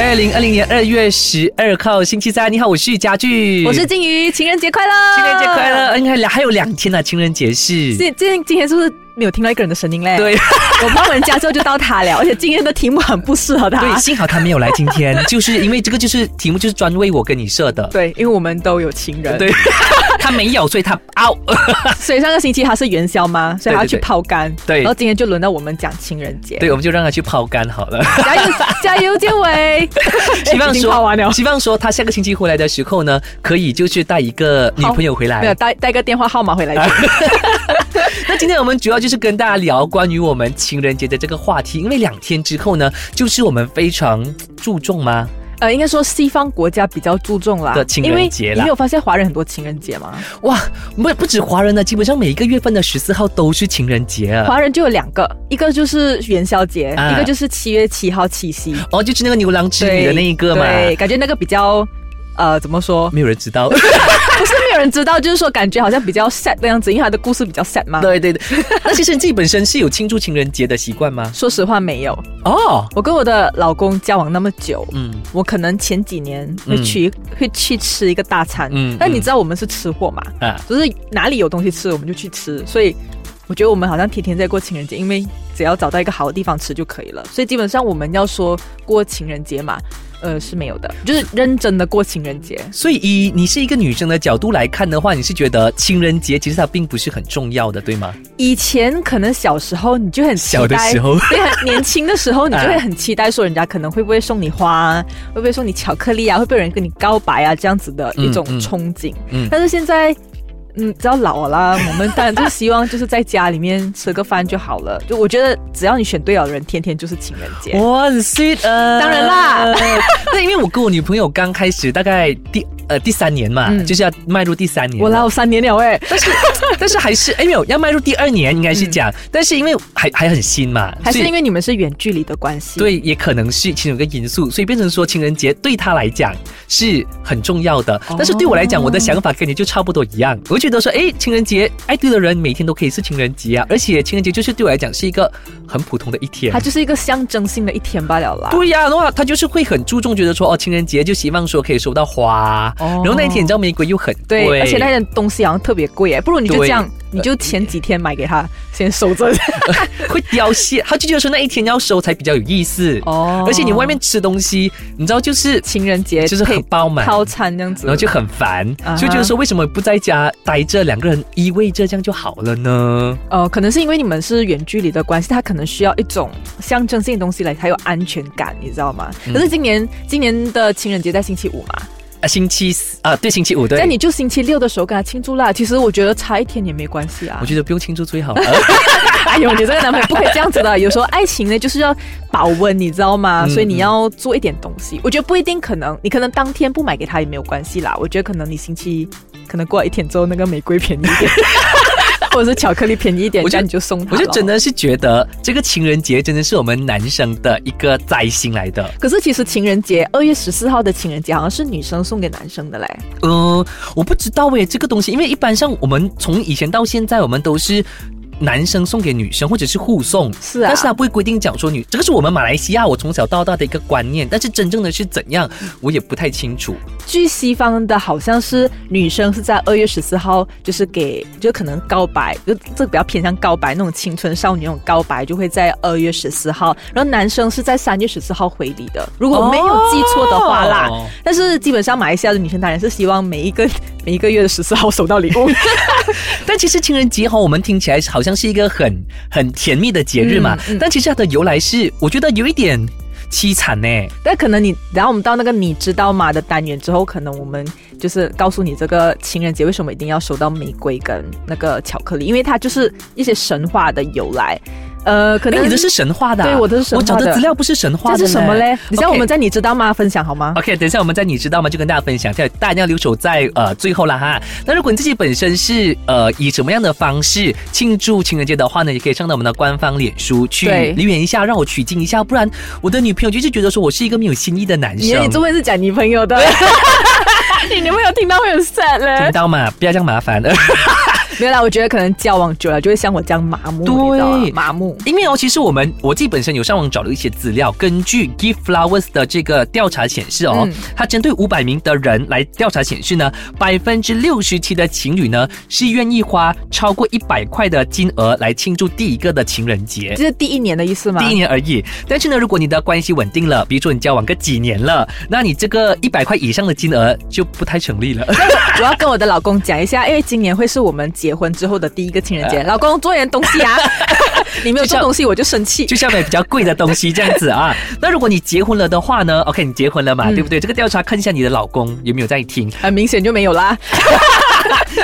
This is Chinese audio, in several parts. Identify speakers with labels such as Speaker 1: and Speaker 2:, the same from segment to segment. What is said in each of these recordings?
Speaker 1: 二零二零年二月十二号星期三，你好，我是家具，
Speaker 2: 我是金鱼，情人节快乐！
Speaker 1: 情人节快乐！！哎，你看，还有两天呢、情人节是。
Speaker 2: 今今今天是不是没有听到一个人的声音嘞？
Speaker 1: 对，
Speaker 2: 我帮人家之后就到他了，而且今天的题目很不适合他。
Speaker 1: 对，幸好他没有来今天， 就是因为这个就是题目就是专为我跟你设的。
Speaker 2: 对因为我们都有情 人，，
Speaker 1: 对，他没有，所以他啊，
Speaker 2: 所以上个星期他是元宵嘛，所以他要去
Speaker 1: 对对对
Speaker 2: 抛竿，
Speaker 1: 对
Speaker 2: 然后今天就轮到我们讲情人节，
Speaker 1: 对，我们就让他去抛竿好了。
Speaker 2: 加油加油，建伟，
Speaker 1: 希望
Speaker 2: 已经抛 完了
Speaker 1: 说，，希望说他下个星期回来的时候呢，可以就是带一个女朋友回来
Speaker 2: 没。有带带个电话号码回来
Speaker 1: 啊
Speaker 2: 就好。
Speaker 1: 那今天我们主要就是跟大家聊关于我们情人节的这个话题，因为两天之后呢，就是我们非常注重吗？
Speaker 2: 呃，应该说西方国家比较注重啦
Speaker 1: 的情
Speaker 2: 因为
Speaker 1: 人节啦
Speaker 2: 你没有发现华人很多情人节吗？
Speaker 1: 哇，不不止华人呢，基本上每一个月份的十四号都是情人节啊。
Speaker 2: 华人就有两个，一个就是元宵节，
Speaker 1: 啊
Speaker 2: 一个就是七月七号七夕。
Speaker 1: 哦，就是那个牛郎织女的那一个嘛，
Speaker 2: 对，感觉那个比较。呃，怎么说？
Speaker 1: 没有人知道。
Speaker 2: 不是没有人知道，就是说感觉好像比较 sad 的样子，因为他的故事比较 sad 嘛。
Speaker 1: 对对对，那其实你自己本身是有庆祝情人节的习惯吗？
Speaker 2: 说实话，没有。
Speaker 1: 哦，
Speaker 2: 我跟我的老公交往那么久，
Speaker 1: 嗯，
Speaker 2: 我可能前几年会去、会去吃一个大餐，
Speaker 1: 嗯
Speaker 2: 但你知道我们是吃货嘛，
Speaker 1: 啊，
Speaker 2: 就是哪里有东西吃我们就去吃，所以我觉得我们好像天天在过情人节，因为只要找到一个好的地方吃就可以了。所以基本上我们要说过情人节嘛，呃是没有的，就是认真的过情人节。
Speaker 1: 所以以你是一个女生的角度来看的话，你是觉得情人节其实它并不是很重要的，对吗？
Speaker 2: 以前可能小时候你就很期
Speaker 1: 小
Speaker 2: 待
Speaker 1: 的时候
Speaker 2: 对，很年轻的时候你就会
Speaker 1: 啊
Speaker 2: 很期待说人家可能会不会送你花啊，会不会送你巧克力啊，会不会有人跟你告白啊这样子的一种
Speaker 1: 嗯嗯
Speaker 2: 憧憬。
Speaker 1: 嗯
Speaker 2: 但是现在。嗯，只要老了啦，我们当然就希望就是在家里面吃个饭就好了。就我觉得，只要你选对了人，天天就是情人节。
Speaker 1: 哇，很 sweet 啊！
Speaker 2: 当 然啦，
Speaker 1: 那因为我跟我女朋友刚开始大概第呃第三年嘛，
Speaker 2: 嗯
Speaker 1: 就是要迈入第三年了。
Speaker 2: 我来我三年了哎、
Speaker 1: 但是还 是哎没有，要迈入第二年应该是讲，但是因为还还很新嘛，
Speaker 2: 嗯还是
Speaker 1: 所以
Speaker 2: 因为你们是远距离的关系。，
Speaker 1: 对，也可能是其中一个因素，所以变成说情人节对他来讲是很重要的。
Speaker 2: 哦
Speaker 1: 但是对我来讲，我的想法跟你就差不多一样，我就觉得说，哎，情人节爱对的人每天都可以是情人节啊，而且情人节就是对我来讲是一个很普通的一天
Speaker 2: 它。就是一个象征性的一天罢了啦。
Speaker 1: 对呀、的话，他就是会很注重，觉得说哦，情人节就希望说可以收到花，
Speaker 2: 哦
Speaker 1: 然后那一天你知道玫瑰又很贵，
Speaker 2: 对，而且那件东西好像特别贵哎，不如你就
Speaker 1: 对
Speaker 2: 这样，你就前几天买给他，先收 着。
Speaker 1: 会凋谢，他就觉得说那一天要收才比较有意思。
Speaker 2: 哦
Speaker 1: 而且你外面吃东西，你知道就是
Speaker 2: 情人节
Speaker 1: 就是
Speaker 2: 配
Speaker 1: 很饱满，
Speaker 2: 套餐这样子，
Speaker 1: 然后就很烦，
Speaker 2: 啊哈
Speaker 1: 所以就是说为什么不在家待着，两个人依偎着这样就好了呢？
Speaker 2: 呃，可能是因为你们是远距离的关系，他可能需要一种象征性的东西来才有安全感，你知道吗？
Speaker 1: 嗯
Speaker 2: 可是今年今年的情人节在星期五嘛，
Speaker 1: 啊，星期四啊，对，星期五对
Speaker 2: 那。你就星期六的时候跟他庆祝啦。其实我觉得差一天也没关系啊
Speaker 1: 我。觉得不用庆祝 最好了，
Speaker 2: 哎呦，你这个男朋友不可以这样子的。有时候爱情呢，就是要保温，你知道吗？
Speaker 1: 嗯
Speaker 2: 所以你要做一点东西。我觉得不一定可能，你可能当天不买给他也没有关系啦。我觉得可能你星期可能过了一天之后，那个玫瑰便宜一 点，或者是巧克力便宜一点，
Speaker 1: 我觉
Speaker 2: 这
Speaker 1: 得
Speaker 2: 样你就送他。
Speaker 1: 我就真。的是觉得这个情人节真的是我们男生的一个灾星来的。
Speaker 2: 可是其实情人节二月十四号的情人节好像是女生送给男生的嘞，
Speaker 1: 嗯、我不知道诶，欸这个东西，因为一般上我们从以前到现在，我们都是男生送给女生或者是互送，
Speaker 2: 是啊
Speaker 1: 但是他不会规定讲说女，这个是我们马来西亚我从小到大的一个观念，但是真正的是怎样，我也不太清楚。
Speaker 2: 据西方的好像是女生是在二月十四号，就是给就可能告白，就这个比较偏向告白那种青春少女那种告白，就会在二月十四号，然后男生是在三月十四号回礼的，如果没有记错的话啦。
Speaker 1: 哦
Speaker 2: 但是基本上马来西亚的女生当然是希望每一个每一个月的十四号收到礼物，
Speaker 1: 但其实情人节哈，我们听起来好像是一个很很甜蜜的节日嘛，
Speaker 2: 嗯嗯
Speaker 1: 但其实它的由来是，我觉得有一点凄惨呢。欸
Speaker 2: 但可能你，然后我们到那个你知道吗的单元之后，可能我们就是告诉你这个情人节为什么一定要收到玫瑰跟那个巧克力，因为它就是一些神话的由来。呃，可
Speaker 1: 哎，
Speaker 2: 能
Speaker 1: 你的是神话的啊、
Speaker 2: 对我的是神话的
Speaker 1: 我找的资料不是神话
Speaker 2: 这
Speaker 1: 的，
Speaker 2: 是什么嘞？你像我们
Speaker 1: OK 啊
Speaker 2: 在你知道吗分享好吗？
Speaker 1: OK，等一下我们在你知道吗？就跟大家分享一下，大家留守在呃最后了哈。那如果你自己本身是呃以什么样的方式庆祝情人节的话呢，也可以上到我们的官方脸书去
Speaker 2: 对
Speaker 1: 留言一下，让我取经一下，不然我的女朋友就是觉得说我是一个没有新意的男
Speaker 2: 你
Speaker 1: 生
Speaker 2: 你。这位是讲你朋友的，你女朋友听到会很 sad
Speaker 1: 听
Speaker 2: 嘞。
Speaker 1: 到嘛？不要这样麻烦。
Speaker 2: 没有啦，我觉得可能交往久了就会像我这样麻木，你知道吗
Speaker 1: 对
Speaker 2: 麻木。
Speaker 1: 因为哦，其实我们我自己本身有上网找了一些资料，根据 Give Flowers 的这个调查显示哦，
Speaker 2: 嗯
Speaker 1: 它针对五百名的人来调查显示呢，百分之六十七的情侣呢是愿意花超过一百块的金额来庆祝第一个的情人节。
Speaker 2: 这是第一年的意思吗？
Speaker 1: 第一年而已，但是呢，如果你的关系稳定了，比如说你交往个几年了，那你这个一百块以上的金额就不太成 立了。
Speaker 2: 我要跟我的老公讲一下，因为今年会是我们结婚之后的第一个情
Speaker 1: 呃
Speaker 2: 人节。老公做点东西 啊！你没有做东西我就生气。
Speaker 1: 就像买比较贵的东西这样子 啊。那如果你结婚了的话呢？OK，你结婚了
Speaker 2: 嗯
Speaker 1: 嘛，对不对？这个调查看一下你的老公有没有在听，
Speaker 2: 很明显就没有啦。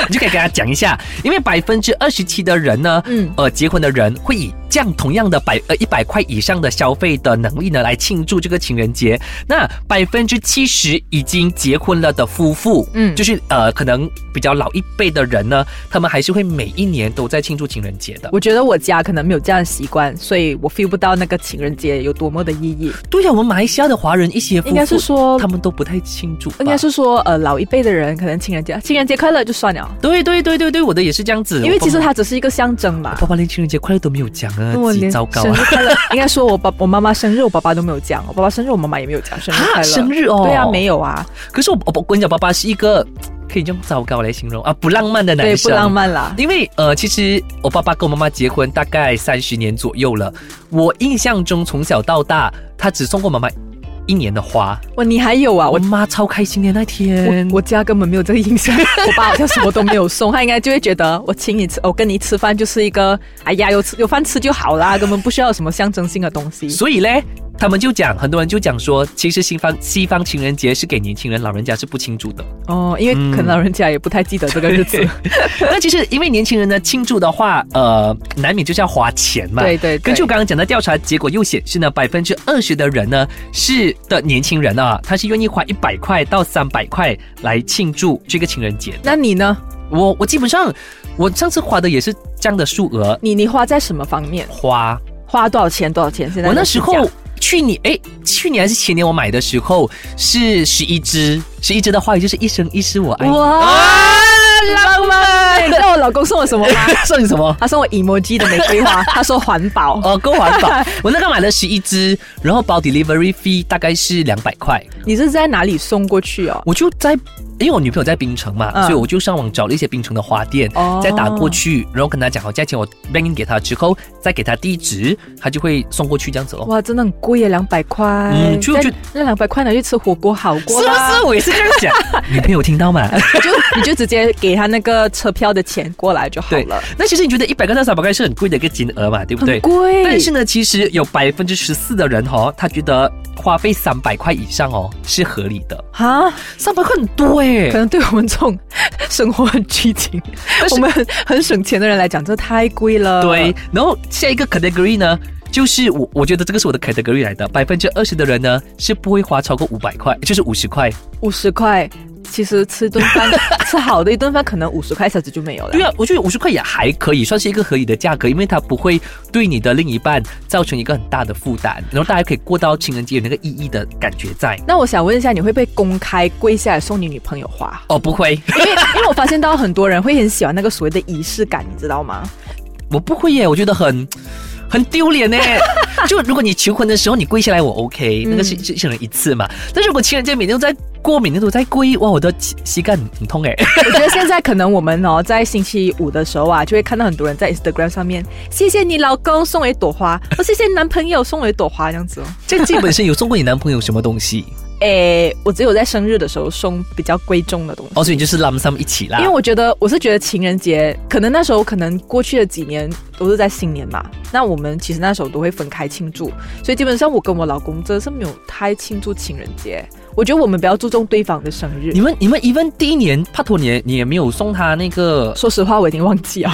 Speaker 1: 你就可以跟他讲一下，因为百分之二十七的人呢，
Speaker 2: 嗯
Speaker 1: 呃，结婚的人会以这样同样的百呃一百块以上的消费的能力呢来庆祝这个情人节。那百分之七十已经结婚了的夫妇，
Speaker 2: 嗯
Speaker 1: 就是呃可能比较老一辈的人呢，他们还是会每一年都在庆祝情人节的。
Speaker 2: 我觉得我家可能没有这样的习惯，所以我 feel 不到那个情人节有多么的意义。
Speaker 1: 对呀、我们马来西亚的华人一些夫妇
Speaker 2: 应该是说
Speaker 1: 他们都不太庆祝吧，
Speaker 2: 应该是说，呃，老一辈的人可能情人节，情人节快乐就算了，
Speaker 1: 对对对对对，我的也是这样子。
Speaker 2: 因为其实
Speaker 1: 我爸
Speaker 2: 它只是一个象征嘛
Speaker 1: 妈。爸爸连情人节快乐都没有讲啊，
Speaker 2: 我
Speaker 1: 极
Speaker 2: 连
Speaker 1: 糟糕
Speaker 2: 生日
Speaker 1: 啊！
Speaker 2: 快乐，应该说我爸我妈妈生日，我爸爸都没有讲，我爸爸生日我妈妈也没有讲生日快乐。
Speaker 1: 生日哦，
Speaker 2: 对啊，没有啊，
Speaker 1: 可是我我我跟你讲，爸爸是一个可以用糟糕来形容啊，不浪漫的男
Speaker 2: 对，不
Speaker 1: 生。
Speaker 2: 浪。漫啦。
Speaker 1: 因为呃，其实我爸爸跟我妈妈结婚大概三十年左右了，我印象中从小到大，他只送过妈妈一年的花，
Speaker 2: 哇，你还有啊，
Speaker 1: 我
Speaker 2: 我
Speaker 1: 妈超开心的那天。
Speaker 2: 我我家根本没有这个印 象，我爸好像什么都没有送，他应该就会觉得我请你吃，我跟你吃饭就是一个，哎呀，有吃有饭吃就好啦，根本不需要什么象征性的东西。
Speaker 1: 所以嘞，他们就讲，很多人就讲说，其实西方西方情人节是给年轻人，老人家是不庆祝的。
Speaker 2: 哦，因为可能老人家也不太记得这个日子。
Speaker 1: 嗯 那其实因为年轻人呢庆祝的话，呃，难免就是要花钱嘛。
Speaker 2: 对对对
Speaker 1: 根据我刚刚讲的调查结果，又显示呢，百分之二十的人呢是的年轻人啊，他是愿意花一百块到三百块来庆祝这个情人节。
Speaker 2: 那你呢？
Speaker 1: 我我基本上我上次花的也是这样的数额
Speaker 2: 你你花在什么方面？
Speaker 1: 花。
Speaker 2: 花多少钱？多少钱？现在
Speaker 1: 我那
Speaker 2: 的
Speaker 1: 时
Speaker 2: 市
Speaker 1: 候
Speaker 2: 价
Speaker 1: 去年哎，去年还是前年我买的时候是十一支，十一支的话也就是一生一世我哎爱你。
Speaker 2: 哇，浪漫！你知道我老公送我什么吗？
Speaker 1: 送你什么？
Speaker 2: 他送我 emoji 的玫瑰花，他说环保。
Speaker 1: 哦，够环保。我那个买了十一支，然后包 delivery fee 大概是两百块，
Speaker 2: 你是在哪里送过去哦？
Speaker 1: 我就在，因为我女朋友在槟城嘛，
Speaker 2: 嗯
Speaker 1: 所以我就上网找了一些槟城的花店，
Speaker 2: 哦
Speaker 1: 再打过去，然后跟她讲好价钱，我 bang in 给她之后，再给她地址，她就会送过去这样子哦。
Speaker 2: 哇，真的很贵耶，两百块。
Speaker 1: 嗯就
Speaker 2: 那
Speaker 1: 就
Speaker 2: 那两百块拿去吃火锅好
Speaker 1: 是
Speaker 2: 过
Speaker 1: 不
Speaker 2: 啦。
Speaker 1: 是？啊我也是这样讲，女朋友听到嘛？
Speaker 2: 你 就你就直接给他那个车票的钱过来就好
Speaker 1: 对
Speaker 2: 了。。
Speaker 1: 那其实你觉得一百个到三百块是很贵的一个金额嘛，对不对
Speaker 2: 很？贵，
Speaker 1: 但是呢，其实有百分之十四的人哦，他觉得花费三百块以上哦是合理的，
Speaker 2: 啊，
Speaker 1: 三百块很多哎、
Speaker 2: 可能对我们这种生活很拘谨、
Speaker 1: 是
Speaker 2: 我们很很省钱的人来讲，这太贵了。
Speaker 1: 对，，然后下一个 category 呢，就是我我觉得这个是我的 category 来的，百分之二十的人呢是不会花超过五百块，就是五十块。
Speaker 2: 五十块，其实吃顿饭 吃好的一顿饭，可能五十块小时就没有了。
Speaker 1: 对啊，我觉得五十块也还可以，算是一个合理的价格，因为它不会对你的另一半造成一个很大的负担，然后大家可以过到情人节有那个意义的感觉在。
Speaker 2: 那我想问一下，你会不会公开跪下来送你女朋友花？
Speaker 1: 哦，不会，
Speaker 2: 因为因为我发现到很多人会很喜欢那个所谓的仪式感，你知道吗？
Speaker 1: 我不会耶，我觉得很。很丢脸嗯呢， 就如果你求婚的时候你跪下来，我 OK，、那个是是只能一次嘛。但是如果情人节每天都在过，每天都在跪，哇，我的膝膝盖很很痛哎。
Speaker 2: 我觉得现在可能我们哦，在星期五的时候啊，就会看到很多人在 Instagram 上面，谢谢你老公送我一朵花，我谢谢男朋友送我一朵花，这样子哦。
Speaker 1: 这自己本身有送过你男朋友什么东 西？
Speaker 2: 诶，我只有在生日的时候送比较贵重的东西。
Speaker 1: 哦，所以你就是 lump sum 一起啦。
Speaker 2: 因为我觉得，我是觉得情人节，可能那时候可能过去的几年都是在新年嘛，那我们其实那时候都会分开庆祝，所以基本上我跟我老公真的是没有太庆祝情人节。我觉得我们比较注重对方的生日
Speaker 1: 你。们你们 even 第一年帕托你也你也没有送他那个，
Speaker 2: 说实话，我已经忘记了。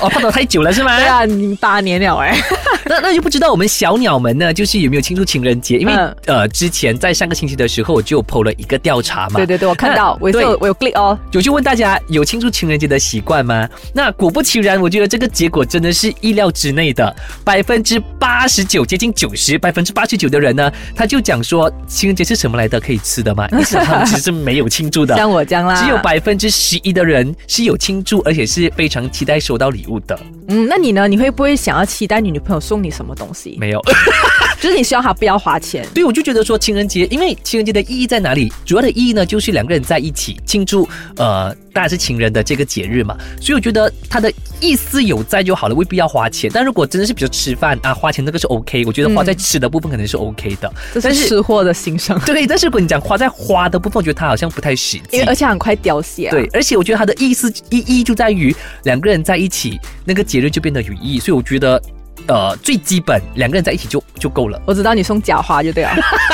Speaker 1: 哦，泡得太久了是吗？
Speaker 2: 对啊，你八年了哎、
Speaker 1: 那那就不知道我们小鸟们呢，就是有没有庆祝情人节？因为、
Speaker 2: 嗯
Speaker 1: 呃，之前在上个星期的时候，我就剖了一个调查嘛，
Speaker 2: 对对对，我看到，
Speaker 1: 那
Speaker 2: 我有
Speaker 1: 对
Speaker 2: 我有 click 哦，
Speaker 1: 我就问大家有庆祝情人节的习惯吗？那果不其然，我觉得这个结果真的是意料之内的。百分之八十九，接近九十，百分之八十九的人呢，他就讲说情人节是什么来的？可以吃 的吗？意思他们其实是没有庆祝的。
Speaker 2: 像我这样啦，
Speaker 1: 只有百分之十一的人是有庆祝，而且是非常期待收到礼物的。
Speaker 2: 嗯，那你呢？你会不会想要期待你女朋友送你什么东西？
Speaker 1: 没有，
Speaker 2: 就是你希望她不要花钱。
Speaker 1: 对，我就觉得说情人节，因为情人节的意义在哪里？主要的意义呢，就是两个人在一起庆祝，呃，当然是情人的这个节日嘛。所以我觉得它的意思有在就好了，未必要花钱。但如果真的是比如吃饭啊，花钱那个是 OK，我觉得花在吃的部分可能是 OK 的。
Speaker 2: 嗯这
Speaker 1: 但
Speaker 2: 是吃货的心声，
Speaker 1: 对， 但是如果你讲花在花的部分，我觉得它好像不太实
Speaker 2: 因
Speaker 1: 际
Speaker 2: 为。而且很快凋谢、啊。
Speaker 1: 对，，而且我觉得它的意思意义就在于两个人在一起，那个节日就变得有意义。所以我觉得，呃，最基本两个人在一起就就够了。
Speaker 2: 我知道你送假花就 对了，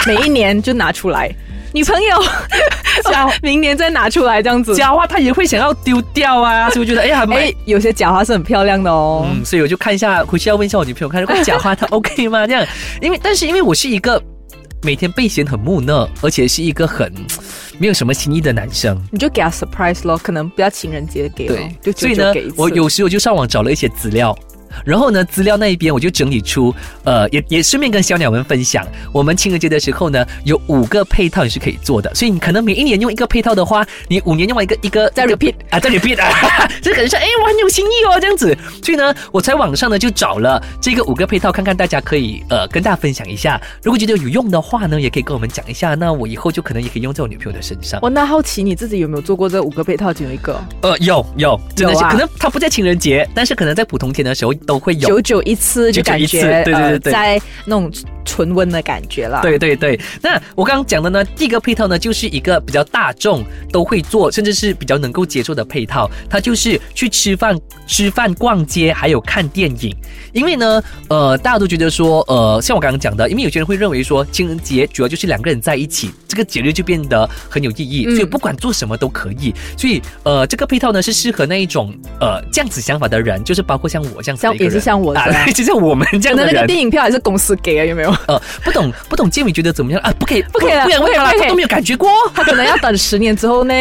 Speaker 2: 每一年就拿出来，女朋友假 明年再拿出来这样子。
Speaker 1: 假花他也会想要丢掉啊，所以我觉得哎呀，还蛮
Speaker 2: 哎，有些假花是很漂亮的哦。
Speaker 1: 嗯，所以我就看一下，回去要问一下我女朋友，看如果假花她 OK 吗？这样，因为但是因为我是一个每天被嫌很木讷，而且是一个很没有什么新意的男生。
Speaker 2: 你就给她 surprise 咯，可能不要情人节给哦，就
Speaker 1: 所
Speaker 2: 久
Speaker 1: 以
Speaker 2: 久
Speaker 1: 呢
Speaker 2: 给一次，。
Speaker 1: 我有时我就上网找了一些资料。然后呢，资料那一边我就整理出，呃，也也顺便跟小鸟们分享，我们情人节的时候呢，有五个配套你是可以做的，所以你可能每一年用一个配套的话，你五年用完一个一个
Speaker 2: 再 repeat
Speaker 1: 啊，再 repeat 啊， 这可能是哎，我很有新意哦，这样子。所以呢，我在网上呢就找了这个五个配套，看看大家可以呃跟大家分享一下，如果觉得有用的话呢，也可以跟我们讲一下，那我以后就可能也可以用在我女朋友的身上。
Speaker 2: 我那好奇你自己有没有做过这五个被套只有一个，
Speaker 1: 呃，有有，真的是，
Speaker 2: 有啊
Speaker 1: 可能它不在情人节，但是可能在普通天的时候都会有。
Speaker 2: 久久一次就感
Speaker 1: 久久一
Speaker 2: 觉
Speaker 1: 次
Speaker 2: 呃
Speaker 1: 对对对对
Speaker 2: 在那种纯温的感觉了。，
Speaker 1: 对对对，那我刚刚讲的呢，第一个配套呢，就是一个比较大众都会做，甚至是比较能够接受的配套，它就是去吃饭、吃饭、逛街，还有看电影。因为呢，呃，大家都觉得说，呃，像我刚刚讲的，因为有些人会认为说，情人节主要就是两个人在一起，这个节日就变得很有意义，
Speaker 2: 嗯
Speaker 1: 所以不管做什么都可以。所以，呃，这个配套呢是适合那一种呃这样子想法的人，就是包括像我这样子的
Speaker 2: 像
Speaker 1: 一个
Speaker 2: 也
Speaker 1: 人，
Speaker 2: 是像我这样
Speaker 1: 啊，就像我们这
Speaker 2: 可
Speaker 1: 样的
Speaker 2: 能
Speaker 1: 人。
Speaker 2: 那个电影票还是公司给啊，有没有？
Speaker 1: 呃，不懂 不懂，建伟觉得怎么样啊？不可以，不
Speaker 2: 可以了
Speaker 1: 不然
Speaker 2: 不
Speaker 1: 为
Speaker 2: 可以
Speaker 1: 什么
Speaker 2: 不可以
Speaker 1: 他都没有感觉过？
Speaker 2: 他可能要等十年之后呢，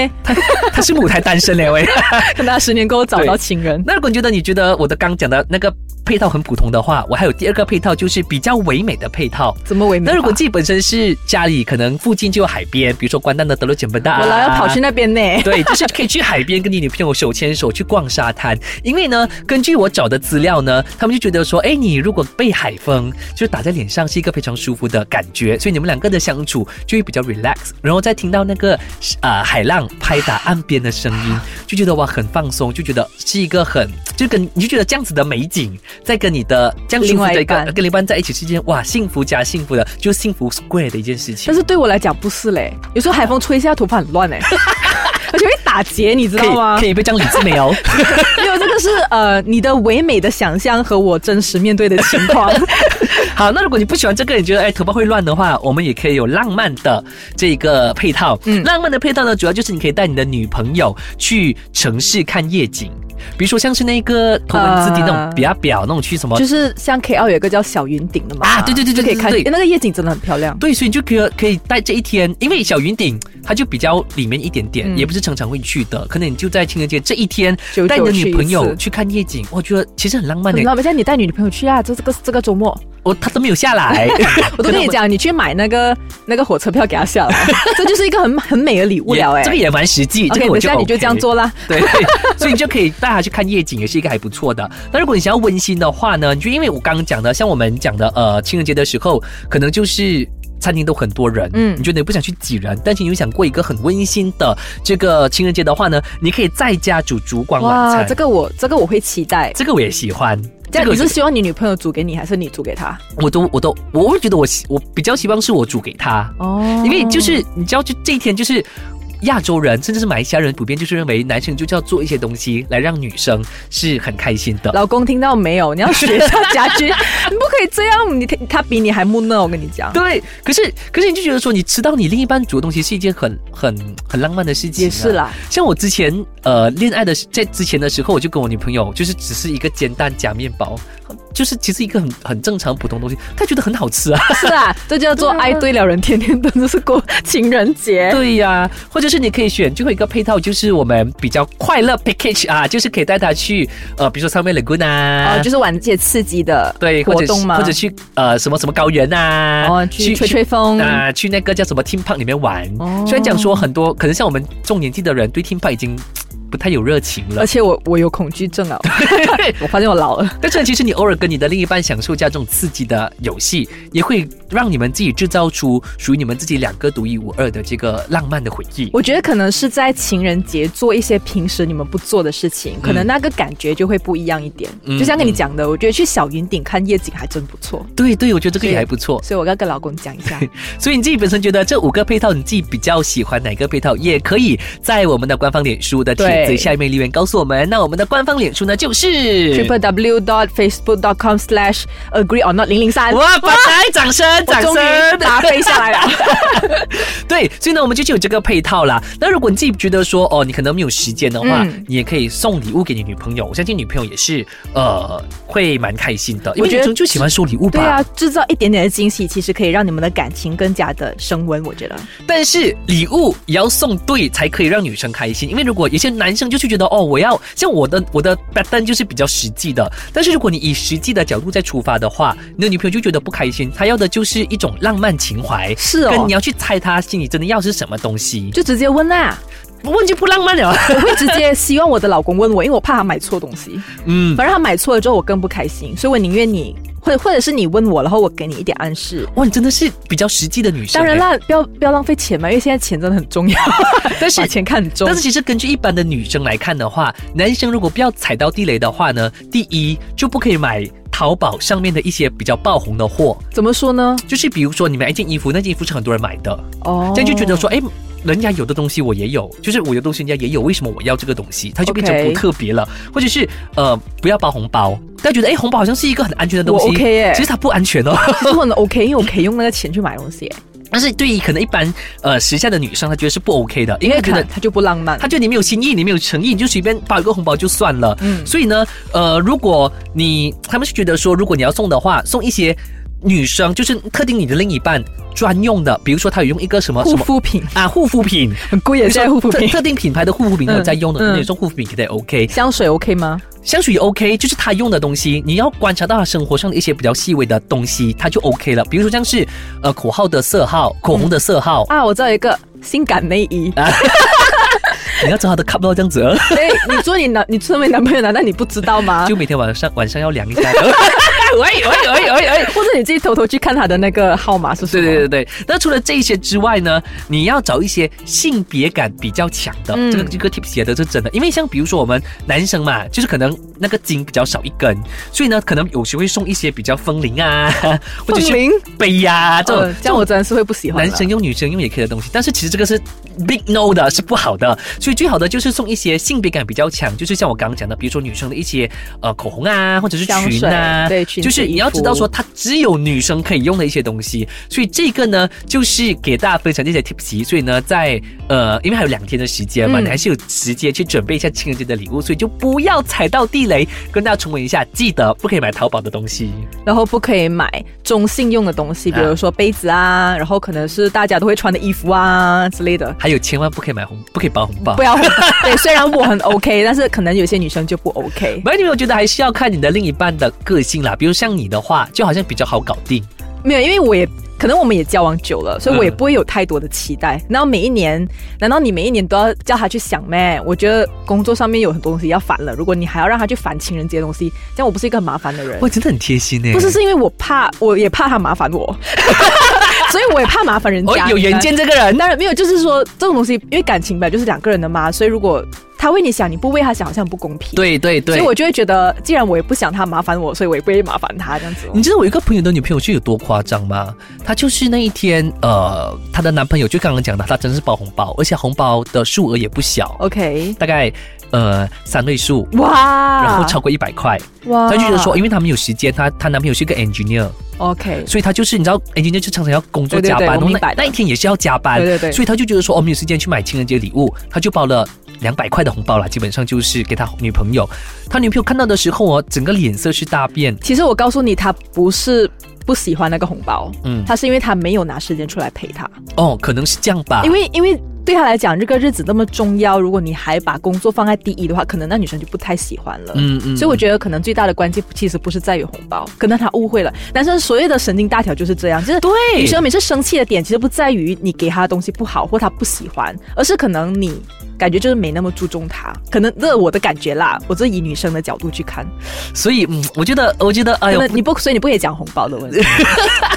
Speaker 1: 他是母胎单身嘞喂。
Speaker 2: 可能他十年过后找到情人。
Speaker 1: 那如果你觉得你觉得我的刚讲的那个配套很普通的话，我还有第二个配套就是比较唯美的配套。
Speaker 2: 怎么为难？
Speaker 1: 那如果自己本身是家里可能附近就有海边，比如说关丹的德罗简本啊大，
Speaker 2: 我老要跑去那边呢，
Speaker 1: 对，就是可以去海边跟你女朋友手牵手去逛沙滩，因为呢，根据我找的资料呢，他们就觉得说，哎，你如果被海风就打在脸上是一个非常舒服的感觉，所以你们两个的相处就会比较 relax，然后再听到那个呃海浪拍打岸边的声音，就觉得哇很放松，就觉得是一个很就跟你就觉得这样子的美景，在跟你的这样舒服的一
Speaker 2: 另外一
Speaker 1: 个
Speaker 2: 半
Speaker 1: 跟另一半在一起是一件哇幸福加幸福的，就幸福 square 的一件事情
Speaker 2: 但。是对我来讲不是嘞，有时候海风吹一下头发很 乱哎，而且会打结，你知
Speaker 1: 可以
Speaker 2: 道啊吗
Speaker 1: 可？以被这样理智哦没有？
Speaker 2: 没有，这个是呃你的唯美的想象和我真实面对的情 况。
Speaker 1: 好，那如果你不喜欢这个，你觉得哎头发会乱的话，我们也可以有浪漫的这个配套。嗯，
Speaker 2: 嗯
Speaker 1: 浪漫的配套呢，主要就是你可以带你的女朋友去城市看夜景，比如说像是那个头文字 D 那种
Speaker 2: 呃
Speaker 1: 表表那种去什么。
Speaker 2: 就是像 K L 有一个叫小云顶的嘛，
Speaker 1: 啊对对对对
Speaker 2: 就可以看
Speaker 1: 对对对
Speaker 2: 诶那个夜景真的很漂亮。
Speaker 1: 对，所以你就可以可以带这一天，因为小云顶它就比较里面一点点，
Speaker 2: 嗯
Speaker 1: 也不是常常会去的，可能你就在情人节这一天
Speaker 2: 久久
Speaker 1: 带你的女朋
Speaker 2: 去
Speaker 1: 友
Speaker 2: 一次
Speaker 1: 去看夜景，我觉得其实很浪漫的
Speaker 2: 你。老板现在你带你女朋友去啊，就这个这个周末，
Speaker 1: 我她都没有下 来，
Speaker 2: 我都跟你讲，你去买那个那个火车票给她下来， 这就是一个很很美的礼物
Speaker 1: 也
Speaker 2: 了哎。
Speaker 1: 这个也蛮实际，这
Speaker 2: OK，
Speaker 1: 个我
Speaker 2: 等
Speaker 1: 就、
Speaker 2: 下
Speaker 1: OK、
Speaker 2: 你就这样做啦。
Speaker 1: 对，所以你就可以带他去看夜景，也是一个还不错的。那如果你想要温馨的话呢，你就因为我刚刚讲的，像我们讲的，呃，情人节的时候，可能就是。餐厅都很多人，嗯
Speaker 2: 嗯，
Speaker 1: 你觉得你不想去挤人，但是你又想过一个很温馨的这个情人节的话呢，你可以在家煮烛光晚
Speaker 2: 哇，
Speaker 1: 餐，
Speaker 2: 这个我这个我会期待。
Speaker 1: 这个我也喜欢。
Speaker 2: 这
Speaker 1: 这
Speaker 2: 样
Speaker 1: 个
Speaker 2: 你是希望你女朋友煮给你，还是你煮给她？
Speaker 1: 我都我都我会觉得我希我比较希望是我煮给他，
Speaker 2: 哦
Speaker 1: 因为就是你知道，就这一天就是亚洲人甚至是马来西亚人普遍就是认为男生就是要做一些东西来让女生是很开心的。
Speaker 2: 老公听到没有？你要学一下家居，你不可以这样，你他比你还木讷，我跟你 讲。
Speaker 1: 对，可是可是你就觉得说，你吃到你另一半煮的东西是一件很很很浪漫的事情、啊。
Speaker 2: 也是啦，
Speaker 1: 像我之前呃恋爱的时在之前的时候，我就跟我女朋友就是只是一个煎蛋加面包，就是其实一个很很正常普通东西，她觉得很好吃啊。
Speaker 2: 是啊，这叫 做爱对了人，天天都是过情人节。
Speaker 1: 对呀、或者是你可以选最后一个配套，就是我们比较快乐 package 啊，就是可以带她去呃，比如说上面 lagoon 啊，
Speaker 2: 哦，就是玩一些刺激的
Speaker 1: 对或
Speaker 2: 活
Speaker 1: 者
Speaker 2: 动
Speaker 1: 是
Speaker 2: 吗？
Speaker 1: 或者去呃什么什么高原啊，
Speaker 2: 哦，去吹吹风。
Speaker 1: 啊、去那个叫什么 team park 里面玩。
Speaker 2: 哦
Speaker 1: 虽然讲说很多，可能像我们中年纪的人对 team park 已经嘖不太有热情了
Speaker 2: 而，且我我有恐惧症 啊，我发现我老了。
Speaker 1: 但是其实你偶尔跟你的另一半享受一下这种刺激的游戏，也会让你们自己制造出属于你们自己两个独一无二的这个浪漫的回忆。
Speaker 2: 我觉得可能是在情人节做一些平时你们不做的事情，可能那个感觉就会不一样一点。
Speaker 1: 嗯
Speaker 2: 就像跟你讲的，我觉得去小云顶看夜景还真不错，
Speaker 1: 对对，我觉得这个也
Speaker 2: 对
Speaker 1: 还不错。
Speaker 2: 所以我要跟老公讲 一下。
Speaker 1: 所以你自己本身觉得这五个配套，你自己比较喜欢哪个配套，也可以在我们的官方脸书的帖子
Speaker 2: 对
Speaker 1: 下面留言告诉我们。那我们的官方脸书呢，就是
Speaker 2: triple w dot facebook dot com slash agree or not 零零三，
Speaker 1: 哇，拜拜，掌声，
Speaker 2: 我
Speaker 1: 掌
Speaker 2: 终于
Speaker 1: 声！
Speaker 2: 答飞下来 了。
Speaker 1: 对，所以呢，我们就有这个配套啦。那如果你自己觉得说，哦，你可能没有时间的话，
Speaker 2: 嗯
Speaker 1: 你也可以送礼物给你女朋友。我相信女朋友也是，呃，会蛮开心的，因为
Speaker 2: 我觉
Speaker 1: 女
Speaker 2: 得
Speaker 1: 生就喜欢收礼物吧。
Speaker 2: 对啊，制造一点点的惊喜，其实可以让你们的感情更加的升温。我觉得
Speaker 1: 但是礼物也要送对，才可以让女生开心。因为如果有些男生就是觉得哦，我要像我的我的 pattern 就是比较实际的，但是如果你以实际的角度再出发的话，你的女朋友就觉得不开心，她要的就是一种浪漫情怀。
Speaker 2: 是哦
Speaker 1: 跟你要去猜她心里真的要是什么东西，
Speaker 2: 就直接问啦，
Speaker 1: 问就不浪漫了。
Speaker 2: 我会直接希望我的老公问我，因为我怕他买错东西，
Speaker 1: 嗯，
Speaker 2: 反正他买错了之后我更不开心，所以我宁愿你。或者或者是你问我，然后我给你一点暗示。
Speaker 1: 哇，你真的是比较实际的女生。欸
Speaker 2: 当然，啦，不要不要浪费钱嘛，因为现在钱真的很重要，
Speaker 1: 但是
Speaker 2: 把。钱看很重
Speaker 1: 但。是其实根据一般的女生来看的话，男生如果不要踩到地雷的话呢，第一就不可以买淘宝上面的一些比较爆红的货，
Speaker 2: 怎么说呢？
Speaker 1: 就是比如说你买一件衣服，那件衣服是很多人买的，
Speaker 2: 哦，
Speaker 1: 这样就觉得 说，哎，人家有的东西我也有，就是我有的东西人家也有，为什么我要这个东西？它就变成
Speaker 2: OK
Speaker 1: 不特别了，或者是呃不要包红包，大家觉得哎红包好像是一个很安全的东西
Speaker 2: 我 OK 耶
Speaker 1: 其实它不安全哦。
Speaker 2: 其实我很 OK，因为我可以用那个钱去买东西，
Speaker 1: 但是对于可能一般呃时下的女生，她觉得是不 OK 的，因
Speaker 2: 因
Speaker 1: 为
Speaker 2: 为
Speaker 1: 觉得
Speaker 2: 看他就不浪漫。
Speaker 1: 他觉得你没有心意，你没有诚意，你就随便包一个红包就算了。嗯，所以呢，呃，如果你他们是觉得说，如果你要送的话，送一些女生就是特定你的另一半专用的，比如说他有用一个什么什
Speaker 2: 护
Speaker 1: 么
Speaker 2: 肤品
Speaker 1: 啊护肤品，
Speaker 2: 很贵
Speaker 1: 比
Speaker 2: 耶，
Speaker 1: 如
Speaker 2: 现在
Speaker 1: 说
Speaker 2: 护肤品
Speaker 1: 特特定品牌的护肤品他有在用的，
Speaker 2: 嗯嗯
Speaker 1: 那你送护肤品给他也 OK，
Speaker 2: 香水 OK 吗？
Speaker 1: 香水也 OK，就是他用的东西，你要观察到他生活上的一些比较细微的东西，他就 OK 了。比如说像是呃口号的色号、口红的色号，
Speaker 2: 啊，我知道有一个性感内衣。
Speaker 1: 你要找他的 cup 到这样子，呃
Speaker 2: 哎，你做你男，你作为男朋友难道你不知道吗？
Speaker 1: 就哎每天晚上晚上要量一 下。喂喂喂喂喂！
Speaker 2: 或者你自己偷偷去看他的那个号码是
Speaker 1: 对
Speaker 2: 什么？
Speaker 1: 对对对，那除了这些之外呢，你要找一些性别感比较强的，
Speaker 2: 嗯
Speaker 1: 这个这个 tips 写的是真的，因为像比如说我们男生嘛，就是可能那个筋比较少一根，所以呢，可能有时会送一些比较风铃啊， 或者是
Speaker 2: 风铃
Speaker 1: 杯呀、这种、
Speaker 2: 呃，这样我真的是会不喜欢
Speaker 1: 男
Speaker 2: 了。
Speaker 1: 生用、女生用也可以的东西，但是其实这个是 big no 的，是不好的。所以最好的就是送一些性别感比较强，就是像我刚刚讲的，比如说女生的一些呃口红啊，或者是
Speaker 2: 香
Speaker 1: 裙啊，
Speaker 2: 水对裙子
Speaker 1: 就是你要知道说它只有女生可以用的一些东西。所以这个呢，就是给大家分享这些 tips。所以呢，在呃，因为还有两天的时间嘛，
Speaker 2: 嗯
Speaker 1: 你还是有时间去准备一下情人节的礼物，所以就不要踩到地雷。跟大家重温一下，记得不可以买淘宝的东西。
Speaker 2: 然后不可以买中性用的东西，比如说杯子啊，然后可能是大家都会穿的衣服啊之类的。
Speaker 1: 还有，千万不可以买红，不可以包红包
Speaker 2: 不。要 对，虽然我很 OK，但是可能有些女生就不 OK。
Speaker 1: 没有，我觉得还是要看你的另一半的个性啦。比如像你的话，就好像比较好搞定。
Speaker 2: 没有，因为我也可能我们也交往久了，所以我也
Speaker 1: 嗯
Speaker 2: 不会有太多的期待。然后每一年，难道你每一年都要叫他去想咩？我觉得工作上面有很多东西要烦了，如果你还要让他去烦情人节的东西，这样我不是一个很麻烦的人。
Speaker 1: 哇，真的很贴心呢、
Speaker 2: 不是，是因为我怕，我也怕他麻烦我， 所以我也怕麻烦人
Speaker 1: 哦
Speaker 2: 家。，
Speaker 1: 有远见这个人。
Speaker 2: 当然没有，就是说这种东西，因为感情本来就是两个人的嘛，所以如果他为你想，你不为他想，好像很不公平。，
Speaker 1: 对对
Speaker 2: 所
Speaker 1: 对
Speaker 2: 以，我就会觉得，既然我也不想他麻烦我，所以我也不会麻烦他这样子哦。
Speaker 1: 你知道我一个朋友的女朋友是有多夸张吗？她就是那一天，呃，她的男朋友就刚刚讲的，她真的是包红包，而且红包的数额也不
Speaker 2: 哦
Speaker 1: 小，
Speaker 2: OK，
Speaker 1: 大概呃三位数，
Speaker 2: 哇，
Speaker 1: 然后超过一百块。
Speaker 2: 哇，
Speaker 1: 她就觉得说，
Speaker 2: 啊
Speaker 1: 因为他们有时间，她她男朋友是个 engineer，
Speaker 2: OK，
Speaker 1: 所以她就是你知道 engineer 就常常要工作
Speaker 2: 对对
Speaker 1: 加
Speaker 2: 对
Speaker 1: 班，
Speaker 2: 我
Speaker 1: 然后
Speaker 2: 明
Speaker 1: 那
Speaker 2: 白的
Speaker 1: 那一天也是要加班，
Speaker 2: 对对对
Speaker 1: 所以她就觉得说，哦，没有时间去买情人节礼物，她就包了。两百块的红包啦，基本上就是给她女朋友。她女朋友看到的时候哦，整个脸色是大变。
Speaker 2: 其实我告诉你，他不是不喜欢那个红包，
Speaker 1: 嗯，
Speaker 2: 他是因为他没有拿时间出来陪他，
Speaker 1: 哦，可能是这样吧。
Speaker 2: 因为因为。对他来讲，这个日子那么重要，如果你还把工作放在第一的话，可能那女生就不太喜欢了。
Speaker 1: 嗯嗯，
Speaker 2: 所以我觉得可能最大的关键其实不是在于红包，可能他误会了。男生所谓的神经大条就是这样，就是对女生每次生气的点其实不在于你给他的东西不好或他不喜欢，而是可能你。感觉就是没那么注重他，可能这我的感觉啦，我这以女生的角度去看，
Speaker 1: 所以嗯，我觉得，我觉得，哎
Speaker 2: 可
Speaker 1: 呦
Speaker 2: 能，你不，所以你不可以讲红包的 问题，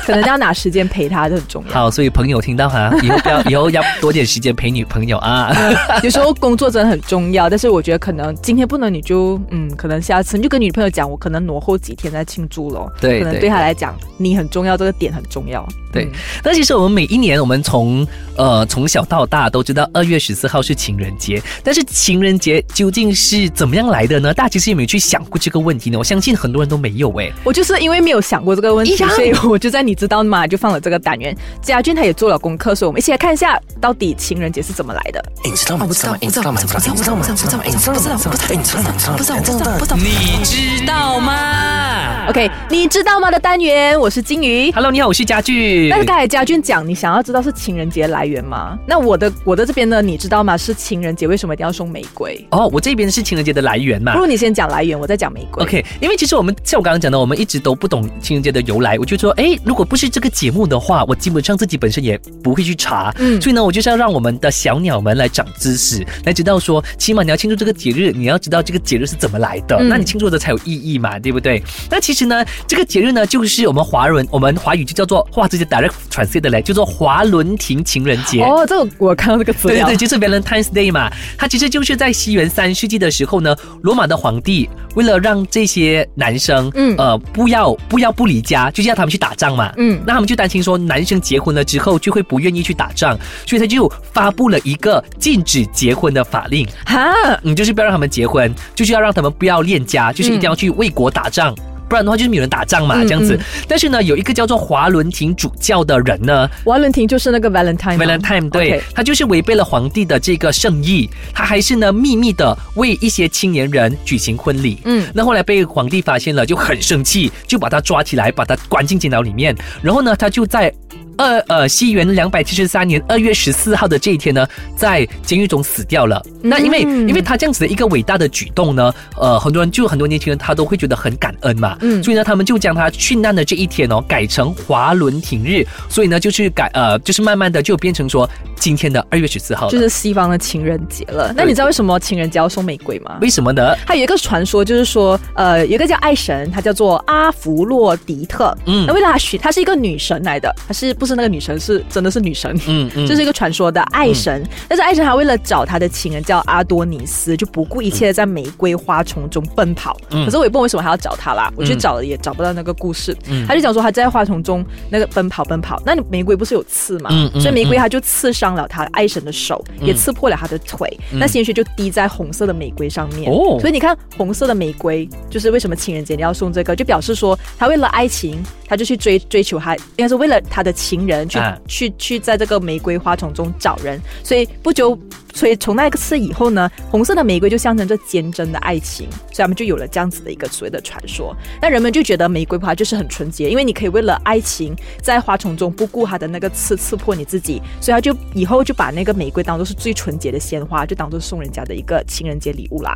Speaker 2: 可能要拿时间陪他，这很重要。
Speaker 1: 好，所以朋友听到哈，以后不要，以后要多点时间陪女朋友啊。
Speaker 2: 有时候工作真的很重要，但是我觉得可能今天不能，你就嗯，可能下次你就跟女朋友讲，我可能挪后几天再庆祝咯。
Speaker 1: 对
Speaker 2: 可能
Speaker 1: 对
Speaker 2: 对他来讲，你很重要，这个点很重要。
Speaker 1: 对
Speaker 2: 嗯，
Speaker 1: 那其实我们每一年，我们从呃从小到大都知道二月十四号是情人节，但是情人节究竟是怎么样来的呢？大家其实有没有去想过这个问题呢？我相信很多人都没有哎、
Speaker 2: 我就是因为没有想过这个问题
Speaker 1: 一，样
Speaker 2: 所以我就在你知道吗？就放了这个单元。家俊他也做了功课，所以我们一起来看一下到底情人节是怎么来的。哦
Speaker 3: 哎，你知道吗？你知道吗？哎，你知道吗？你知道吗？你知道吗？你知道吗？哎，你知道吗？哎，你知道吗？你知道吗？不知道，不知道，不知道。
Speaker 4: 你知道吗？
Speaker 2: OK，你知道吗的单元，我是金鱼。
Speaker 1: Hello，你好，我是家具
Speaker 2: 那。刚才家俊讲，你想要知道是情人节来源吗？那我的我的这边呢，你知道吗？是情人节为什么一定要送玫瑰？
Speaker 1: 哦，我这边是情人节的来源嘛
Speaker 2: 不。如你先讲来源，我再讲玫
Speaker 1: 啊
Speaker 2: 瑰。
Speaker 1: OK，因为其实我们像我刚刚讲的，我们一直都不懂情人节的由来。我就说，哎，如果不是这个节目的话，我基本上自己本身也不会去查。
Speaker 2: 嗯
Speaker 1: 所以呢，我就是要让我们的小鸟们来长知识，来知道说，起码你要庆祝这个节日，你要知道这个节日是怎么来的，
Speaker 2: 嗯
Speaker 1: 那你庆祝的才有意义嘛，对不对？那其实呢，这个节日呢，就是我们华人，我们华语就叫做哇，直接 direct translate 的嘞，叫做华伦廷情人节。
Speaker 2: 哦，这个我看到这个资
Speaker 1: 对
Speaker 2: 料。
Speaker 1: 对对，就是 Valentine's Day 嘛，它其实就是在西元三世纪的时候呢，罗马的皇帝为了让这些男生，
Speaker 2: 嗯
Speaker 1: 呃，不要不要不离家，就是要他们去打仗嘛，
Speaker 2: 嗯
Speaker 1: 那他们就担心说男生结婚了之后就会不愿意去打仗，所以他就发布了一个禁止结婚的法令，
Speaker 2: 哈，
Speaker 1: 嗯，就是不要让他们结婚，就是要让他们不要恋家，就是一定要去为国打仗。不然的话就是没有人打仗嘛，
Speaker 2: 嗯
Speaker 1: 这样子。
Speaker 2: 嗯
Speaker 1: 但是呢，有一个叫做华伦廷主教的人呢，
Speaker 2: 瓦伦廷就是那个 Valentine 吗
Speaker 1: Valentine，对
Speaker 2: OK
Speaker 1: 他就是违背了皇帝的这个圣意，他还是呢秘密的为一些青年人举行婚礼。
Speaker 2: 嗯
Speaker 1: 那后来被皇帝发现了，就很生气，就把他抓起来，把他关进监牢里面。然后呢，他就在二呃西元两百七十三年二月十四号的这一天呢，在监狱中死掉了。那因为、
Speaker 2: 嗯
Speaker 1: 因为他这样子的一个伟大的举动呢，呃，很多人就很多年轻人他都会觉得很感恩嘛。
Speaker 2: 嗯
Speaker 1: 所以呢，他们就将他殉难的这一天哦，改成华伦廷日。所以呢，就是改呃，就是慢慢的就变成说今天的二月十四号了。
Speaker 2: 就是西方的情人节了。那你知道为什么情人节要送玫瑰吗？
Speaker 1: 为什么呢？
Speaker 2: 它有一个传说，就是说，呃，有一个叫爱神，她叫做阿芙洛狄特。
Speaker 1: 嗯
Speaker 2: 那为了她许，她是一个女神来的，她是不是那个女神？是真的是女神。
Speaker 1: 嗯嗯，
Speaker 2: 这是一个传说的爱神，但是爱神还为了找他的情人叫阿多尼斯，就不顾一切的在玫瑰花丛中奔跑。
Speaker 1: 嗯
Speaker 2: 可是我也不懂为什么还要找他啦，我去
Speaker 1: 嗯
Speaker 2: 找了也找不到那个故事。
Speaker 1: 嗯
Speaker 2: 他就讲说他在花丛中那个奔跑奔跑，那你玫瑰不是有刺嘛？
Speaker 1: 嗯嗯
Speaker 2: 所以玫瑰它就刺伤了他爱神的手，也刺破了他的腿。那鲜血就滴在红色的玫瑰上面。
Speaker 1: 嗯哦
Speaker 2: 所以你看红色的玫瑰，就是为什么情人节你要送这个，就表示说他为了爱情，他就去追追求他，应该是为了他的情人去、
Speaker 1: 啊
Speaker 2: 去去在这个玫瑰花丛中找人。所以不久，所以从那一次以后呢，红色的玫瑰就象征着坚贞的爱情，所以他们就有了这样子的一个所谓的传说。那人们就觉得玫瑰花就是很纯洁，因为你可以为了爱情在花丛中不顾它的那个刺刺破你自己，所以他就以后就把那个玫瑰当做是最纯洁的鲜花，就当做送人家的一个情人节礼物啦。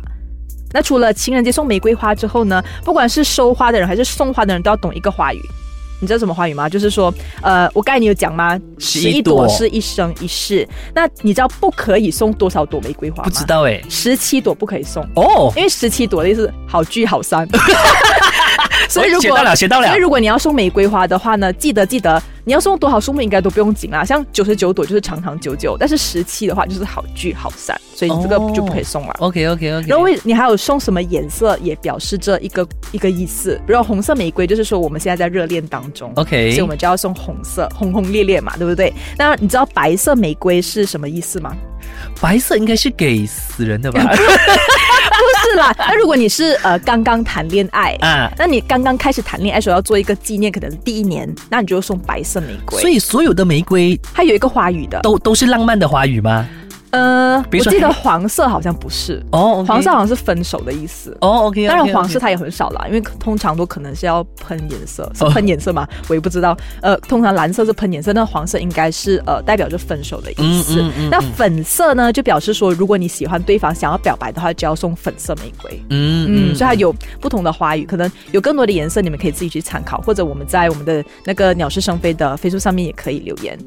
Speaker 2: 那除了情人节送玫瑰花之后呢，不管是收花的人还是送花的人，都要懂一个花语。你知道什么花语吗？就是说，呃，我刚才你有讲吗？
Speaker 1: 十
Speaker 2: 11
Speaker 1: 一朵
Speaker 2: 是一生一世。那你知道不可以送多少朵玫瑰花吗？
Speaker 1: 不知，道哎、
Speaker 2: 十七朵不可以送，
Speaker 1: 哦，
Speaker 2: 因为十七朵的意思好聚 好散。所以如
Speaker 1: 学
Speaker 2: 果
Speaker 1: 哎到了，学到了
Speaker 2: 所以。如果你要送玫瑰花的话呢，记得记得你要送多少数目应该都不用紧啦，像九十九朵就是长长久久，但是十七的话就是好聚好散，所以你这个
Speaker 1: 哦
Speaker 2: 就不可以送了。
Speaker 1: OK OK OK。
Speaker 2: 然后为你还有送什么颜色，也表示这一个一个意思。比如红色玫瑰，就是说我们现在在热恋当中
Speaker 1: OK
Speaker 2: 所以我们就要送红色，轰轰烈烈嘛，对不对？那你知道白色玫瑰是什么意思吗？
Speaker 1: 白色应该是给死人的 吧？
Speaker 2: 不是啦，那如果你是呃刚刚谈恋爱，
Speaker 1: 啊，
Speaker 2: 那你刚刚开始谈恋爱的时候要做一个纪念，可能是第一年，那你就送白色玫瑰。
Speaker 1: 所
Speaker 2: 以
Speaker 1: 以所有的玫瑰
Speaker 2: 它有一个花语的，
Speaker 1: 都都是浪漫的花语吗？
Speaker 2: 呃，
Speaker 1: 比
Speaker 2: 我
Speaker 1: 如说
Speaker 2: 记得黄色好像不是，
Speaker 1: 哦，OK
Speaker 2: 黄色好像是分手的意思。
Speaker 1: 哦，OK，
Speaker 2: 当然，黄色它也很少啦，因为通常都可能是要喷颜色，
Speaker 1: 哦
Speaker 2: 是喷颜色吗？我也不知道。呃，通常蓝色是喷颜色，那黄色应该是呃代表着分手的意思。
Speaker 1: 嗯嗯嗯嗯
Speaker 2: 那粉色呢，就表示说，如果你喜欢对方，想要表白的话，就要送粉色玫瑰。
Speaker 1: 嗯
Speaker 2: 嗯，所以它有不同的花语，可能有更多的颜色，你们可以自己去参考，或者我们在我们的那个鸟是生非的飞书上面也可以留言，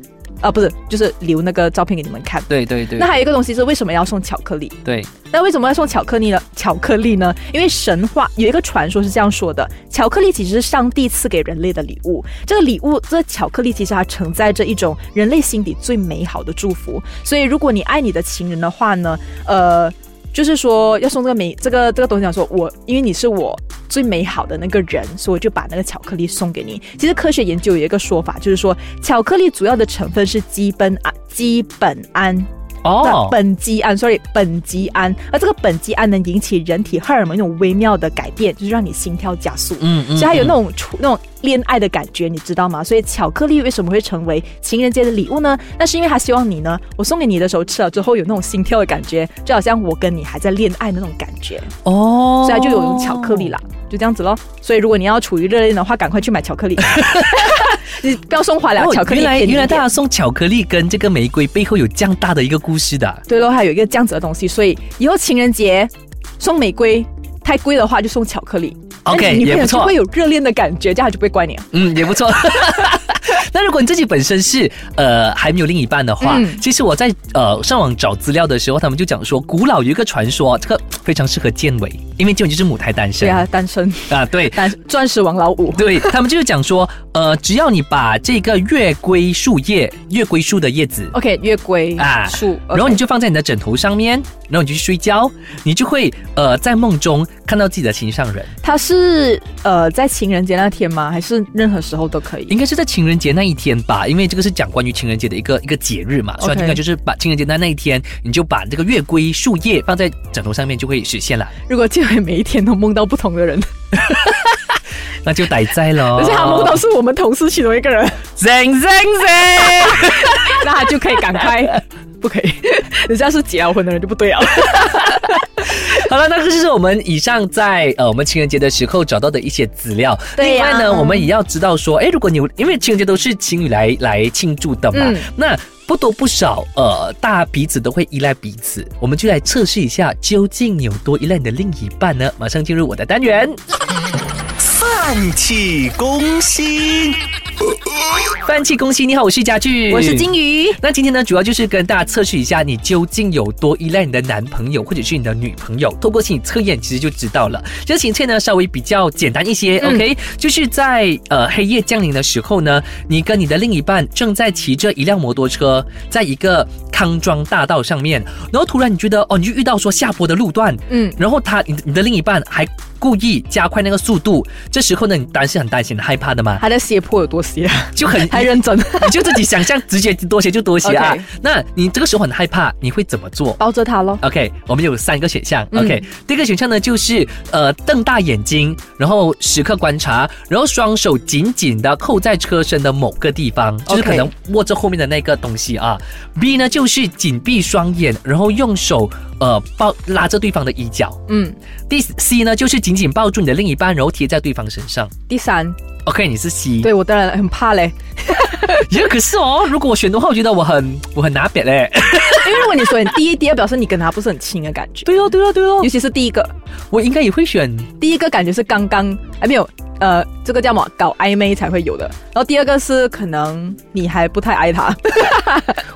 Speaker 2: 啊，不是，就是留那个照片给你们看。
Speaker 1: 对对对
Speaker 2: 那还有一个东西是为什么要送巧克力？
Speaker 1: 对，
Speaker 2: 那为什么要送巧克力呢？巧克力呢？因为神话有一个传说是这样说的：巧克力其实是上帝赐给人类的礼物。这个礼物，这个巧克力其实它承载着一种人类心底最美好的祝福。所以，如果你爱你的情人的话呢，呃。就是说，要送这个美这个这个东西，讲说我因为你是我最美好的那个人，所以我就把那个巧克力送给你。其实科学研究有一个说法，就是说巧克力主要的成分是基苯胺基苯胺
Speaker 1: 哦，
Speaker 2: 苯基胺，sorry，苯基胺。而这个苯基胺能引起人体荷尔蒙那种微妙的改变，就是让你心跳加速。
Speaker 1: 嗯嗯
Speaker 2: 所以它有那
Speaker 1: 嗯
Speaker 2: 种出那种恋爱的感觉，你知道吗？所以巧克力为什么会成为情人节的礼物呢？那是因为他希望你呢，我送给你的时候吃了之后有那种心跳的感觉，就好像我跟你还在恋爱那种感觉，
Speaker 1: 哦，
Speaker 2: 所以它就有种巧克力啦，就这样子咯。所以如果你要处于热恋的话，赶快去买巧克力， 你不要送花了，
Speaker 1: 哦。
Speaker 2: 巧克力
Speaker 1: 原来
Speaker 2: 便宜一
Speaker 1: 原来
Speaker 2: 点
Speaker 1: 大家送巧克力跟这个玫瑰背后有这样大的一个故事的啊，
Speaker 2: 对喽，还有一个这样子的东西，所以以后情人节送玫瑰。太贵的话就送巧克力
Speaker 1: OK，
Speaker 2: 那你女朋
Speaker 1: 也
Speaker 2: 友
Speaker 1: 不错
Speaker 2: 就会有热恋的感觉，这样她就不会怪你了。
Speaker 1: 嗯，也不错。 那如果你自己本身是呃还没有另一半的话，
Speaker 2: 嗯
Speaker 1: 其实我在呃上网找资料的时候，他们就讲说，古老有一个传说，这个非常适合健伟，因为健伟就是母胎单身
Speaker 2: 对啊，单身
Speaker 1: 啊对，
Speaker 2: 单钻石王老五，
Speaker 1: 对他们就是讲说，呃，只要你把这个月桂树叶、月桂树的叶子
Speaker 2: OK，月桂
Speaker 1: 啊
Speaker 2: 树，
Speaker 1: 然后
Speaker 2: OK
Speaker 1: 你就放在你的枕头上面，然后你就去睡觉，你就会呃在梦中看到自己的心上人。
Speaker 2: 它是呃在情人节那天吗？还是任何时候都可以？
Speaker 1: 应该是在情人节那一天吧，因为这个是讲关于情人节的一个一个节日嘛，所以
Speaker 2: OK
Speaker 1: 应该就是把情人节的那一天，你就把这个月桂树叶放在枕头上面就会实现了，
Speaker 2: 如果这回每一天都梦到不同的人，
Speaker 1: 那 就歹哉了。
Speaker 2: 而且他梦到是我们同事其中一个人，
Speaker 1: zing zing zing，
Speaker 2: 那他就可以赶快， 不可以，人家是结了婚的人就不对了。
Speaker 1: 好了，那这就是我们以上在呃我们情人节的时候找到的一些资料。
Speaker 2: 对
Speaker 1: 另
Speaker 2: 呀
Speaker 1: 外呢，我们也要知道说，诶，如果你有因为情人节都是情侣来来庆祝的嘛，
Speaker 2: 嗯
Speaker 1: 那不多不少，呃，大家彼此都会依赖彼此。我们就来测试一下，究竟你有多依赖你的另一半呢？马上进入我的单元。
Speaker 3: 泛起攻心。
Speaker 1: 饭气攻心，你好，我是家具，
Speaker 5: 我是金。鱼。
Speaker 1: 那今天呢，主要就是跟大家测试一下，你究竟有多依赖你的男朋友或者是你的女朋友。透过心理测验，其实就知道了。这个心理测验呢，稍微比较简单一些、
Speaker 2: 嗯
Speaker 1: o k 就是在呃黑夜降临的时候呢，你跟你的另一半正在骑着一辆摩托车，在一个康庄大道上面，然后突然你觉得哦，你就遇到说下坡的路段，
Speaker 2: 嗯，
Speaker 1: 然后他你你的另一半还故意加快那个速度，这时候呢，你当然是很担心、很害怕的嘛，
Speaker 2: 他的斜坡有多斜？
Speaker 1: 就很
Speaker 2: 还认真。
Speaker 1: 你就自己想象，直接多些就多些啊
Speaker 2: OK。
Speaker 1: 那你这个时候很害怕，你会怎么做
Speaker 2: 抱着他咯。
Speaker 1: ？OK，我们有三个选项。
Speaker 2: 嗯
Speaker 1: OK，、第一个选项呢就是呃瞪大眼睛，然后时刻观察，然后双手紧紧的扣在车身的某个地方，就是
Speaker 2: OK
Speaker 1: 可能握着后面的那个东西啊。B 呢就是紧闭双眼，然后用手呃抱拉着对方的衣角。
Speaker 2: 嗯，
Speaker 1: 第 C 呢就是紧紧抱住你的另一半，然后贴在对方身上。
Speaker 2: 第三，
Speaker 1: OK，你是 C。
Speaker 2: 对我当然很怕嘞，
Speaker 1: 也 可是哦，如果我选的话，我觉得我很我很拿扁嘞。
Speaker 2: 因为如果你选第一、第二，表示你跟他不是很亲的感觉。
Speaker 1: 对哦，对哦，对哦
Speaker 2: 尤，其是第一个，
Speaker 1: 我应该也会选
Speaker 2: 第一个感觉是刚刚还没有，呃，这个叫什么？搞暧昧才会有的。然后第二个是可能你还不太爱他，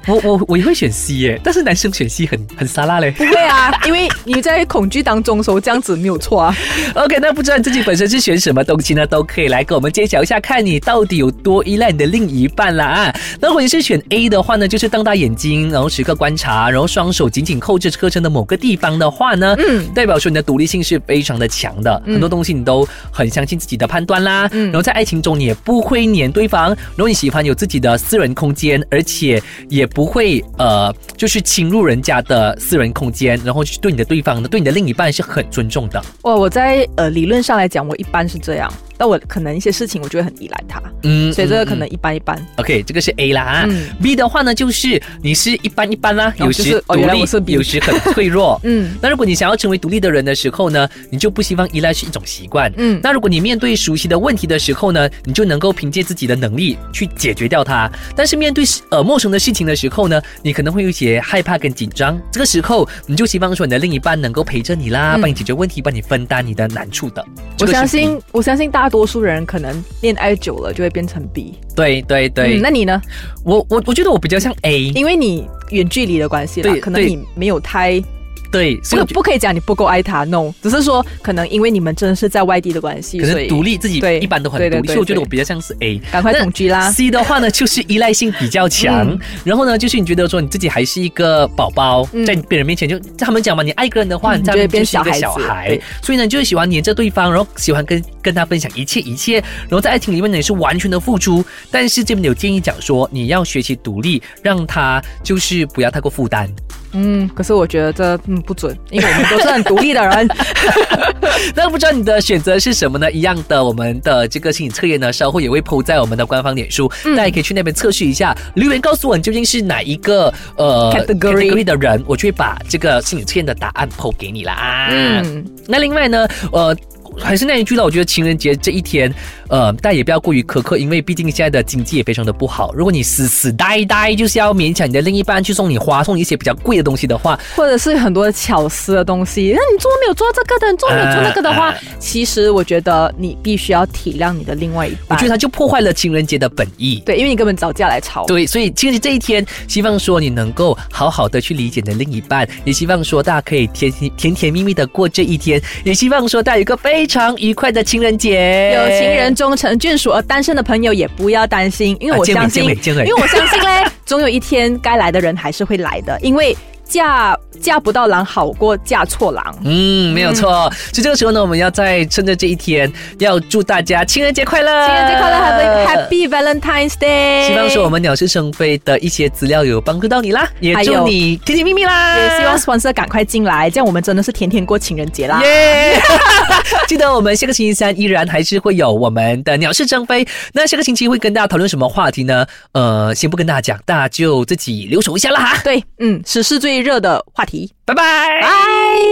Speaker 1: 我我我也会选 C 耶，但是男生选 C 很很沙拉嘞。
Speaker 2: 会啊， 因为你在恐惧当中的时候这样子没有错啊。
Speaker 1: OK，那不知道你自己本身是选什么东西呢？都可以来跟我们揭晓一下，看你到底有多依赖你的另一半啦啊！那如果你是选 A 的话呢，就是瞪大眼睛，然后时刻观察，然后双手紧紧扣着车身的某个地方的话呢，嗯，代表说你的独立性是非常的强的，很多东西你都很相信自己的判断啦。嗯，然后在爱情中你也不会黏对方，然后你喜欢有自己的私人空间，而且也不会呃，就是侵入人家的私人空间，然后去对你的对方呢，对你的另一半是很尊重的。
Speaker 2: 哇，我在呃理论上来讲，我一般是这样，但我可能一些事情我就会很依赖他，
Speaker 1: 嗯
Speaker 2: 所以这个
Speaker 1: 嗯
Speaker 2: 可能
Speaker 1: 嗯
Speaker 2: 一般一般。
Speaker 1: OK，这个是 A 啦、啊 b 的话呢，就是你是一般一般啦，
Speaker 2: 哦
Speaker 1: 有时
Speaker 2: 就是
Speaker 1: 独
Speaker 2: 哦
Speaker 1: 立，
Speaker 2: 原来我是 B
Speaker 1: 有时 很脆弱。
Speaker 2: 嗯，
Speaker 1: 那如果你想要成为独立的人的时候呢，你就不希望依赖是一种习惯。
Speaker 2: 嗯
Speaker 1: 那如果你面对熟悉的问题的时候呢，你就能够凭借自己的能力去解决掉它。但是面对呃陌生的事情的时候呢，你可能会有一些害怕跟紧张。这个时候，你就希望说你的另一半能够陪着你啦，
Speaker 2: 嗯
Speaker 1: 帮你解决问题，帮你分担你的难处的。这个
Speaker 2: 我
Speaker 1: 是
Speaker 2: 相
Speaker 1: B
Speaker 2: 信，我相信大多数人可能恋爱久了就会变成 B。
Speaker 1: 对对对，
Speaker 2: 嗯那你呢？
Speaker 1: 我我我觉得我比较像 A，
Speaker 2: 因为你远距离的关系啦
Speaker 1: 对，
Speaker 2: 可能你没有太
Speaker 1: 对，所以
Speaker 2: 不
Speaker 1: 我觉
Speaker 2: 不可以讲你不够爱他，no，只是说可能因为你们真的是在外地的关系，
Speaker 1: 可
Speaker 2: 所
Speaker 1: 能
Speaker 2: 以
Speaker 1: 独立自己
Speaker 2: 对
Speaker 1: 一般都很
Speaker 2: 对
Speaker 1: 独
Speaker 2: 对
Speaker 1: 立，
Speaker 2: 对
Speaker 1: 所以我觉得
Speaker 2: 对
Speaker 1: 我比较像是 A。
Speaker 2: 赶快
Speaker 1: 那
Speaker 2: 统计啦。
Speaker 1: C 的话呢，就是依赖性比较强，
Speaker 2: 嗯
Speaker 1: 然后呢，就是你觉得说你自己还是一个宝宝，
Speaker 2: 嗯
Speaker 1: 在别人面前就他们讲嘛，你爱一个人的话，
Speaker 2: 嗯
Speaker 1: 你在他们
Speaker 2: 就会变
Speaker 1: 就是一个小
Speaker 2: 小孩子
Speaker 1: 孩
Speaker 2: 对，
Speaker 1: 所以呢，你就会喜欢黏着对方，然后喜欢跟跟他分享一切一切，然后在爱情里面呢也是完全的付出，但是这边有建议讲说，你要学习独立，让他就是不要太过负担。
Speaker 2: 嗯，可是我觉得这嗯不准，因为我们都是很独立 的人。
Speaker 1: 那不知道你的选择是什么呢？一样的，我们的这个心理测验呢，稍后也会 PO 在我们的官方脸书，
Speaker 2: 嗯
Speaker 1: 大家可以去那边测试一下，留言告诉我你究竟是哪一个呃
Speaker 2: Category
Speaker 1: 的人，我就会把这个心理测验的答案 PO 给你啦。啊，
Speaker 2: 嗯，
Speaker 1: 那另外呢，呃。还是那一句了，我觉得情人节这一天，呃，大家也不要过于苛刻，因为毕竟现在的经济也非常的不好。如果你死死呆呆，就是要勉强你的另一半去送你花，送你一些比较贵的东西的话，
Speaker 2: 或者是很多巧思的东西，那你做没有做这个的，你做没有做那个的话，
Speaker 1: 啊
Speaker 2: 其实我觉得你必须要体谅你的另外一
Speaker 1: 我
Speaker 2: 半
Speaker 1: 觉得。他就破坏了情人节的本意。
Speaker 2: 对，因为你根本找架来吵。
Speaker 1: 对，所以其实这一天，希望说你能够好好的去理解你的另一半，也希望说大家可以甜甜甜蜜蜜的过这一天，也希望说大家有一个非常愉快的情人节。
Speaker 2: 有情人终成眷属，而单身的朋友也不要担心，因为
Speaker 1: 哎啊
Speaker 2: 我
Speaker 1: 健美
Speaker 2: 相信，
Speaker 1: 健美健美
Speaker 2: 因为我相信嘞， 总有一天该来的人还是会来的，因为嫁嫁不到郎好过嫁错郎。
Speaker 1: 嗯，没有错。所以这个时候呢，我们要在趁着这一天，要祝大家情人节快乐，
Speaker 2: 情人节快乐，Happy Happy Valentine's Day！
Speaker 1: 嗯呃希望说我们鸟事生非的一些资料有帮助到你啦，也
Speaker 2: 还
Speaker 1: 祝
Speaker 2: 有
Speaker 1: 你甜甜蜜蜜啦。
Speaker 2: 也希望 sponsor 赶快进来，这样我们真的是天天过情人节啦。
Speaker 1: 耶！ 记得我们下个星期三依然还是会有我们的鸟事争飞。那下个星期会跟大家讨论什么话题呢？呃，先不跟大家讲，大家就自己留守一下啦哈。
Speaker 2: 对，嗯，时事最热的话题，
Speaker 1: 拜拜。
Speaker 2: 拜。